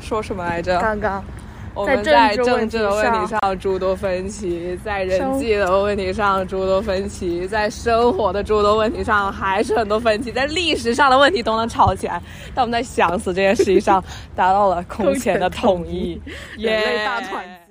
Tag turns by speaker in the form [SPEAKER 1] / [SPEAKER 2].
[SPEAKER 1] 说什么来着？
[SPEAKER 2] 刚刚
[SPEAKER 1] 我们在
[SPEAKER 2] 在政治
[SPEAKER 1] 政治的
[SPEAKER 2] 问题
[SPEAKER 1] 问题上诸多分歧，在人际的问题上诸多分歧，在生活的诸多问题上还是很多分歧，在历史上的问题都能吵起来。 但我们在想死这件事情上达到了空前的统一，
[SPEAKER 2] 人类
[SPEAKER 1] 耶
[SPEAKER 2] 大团结。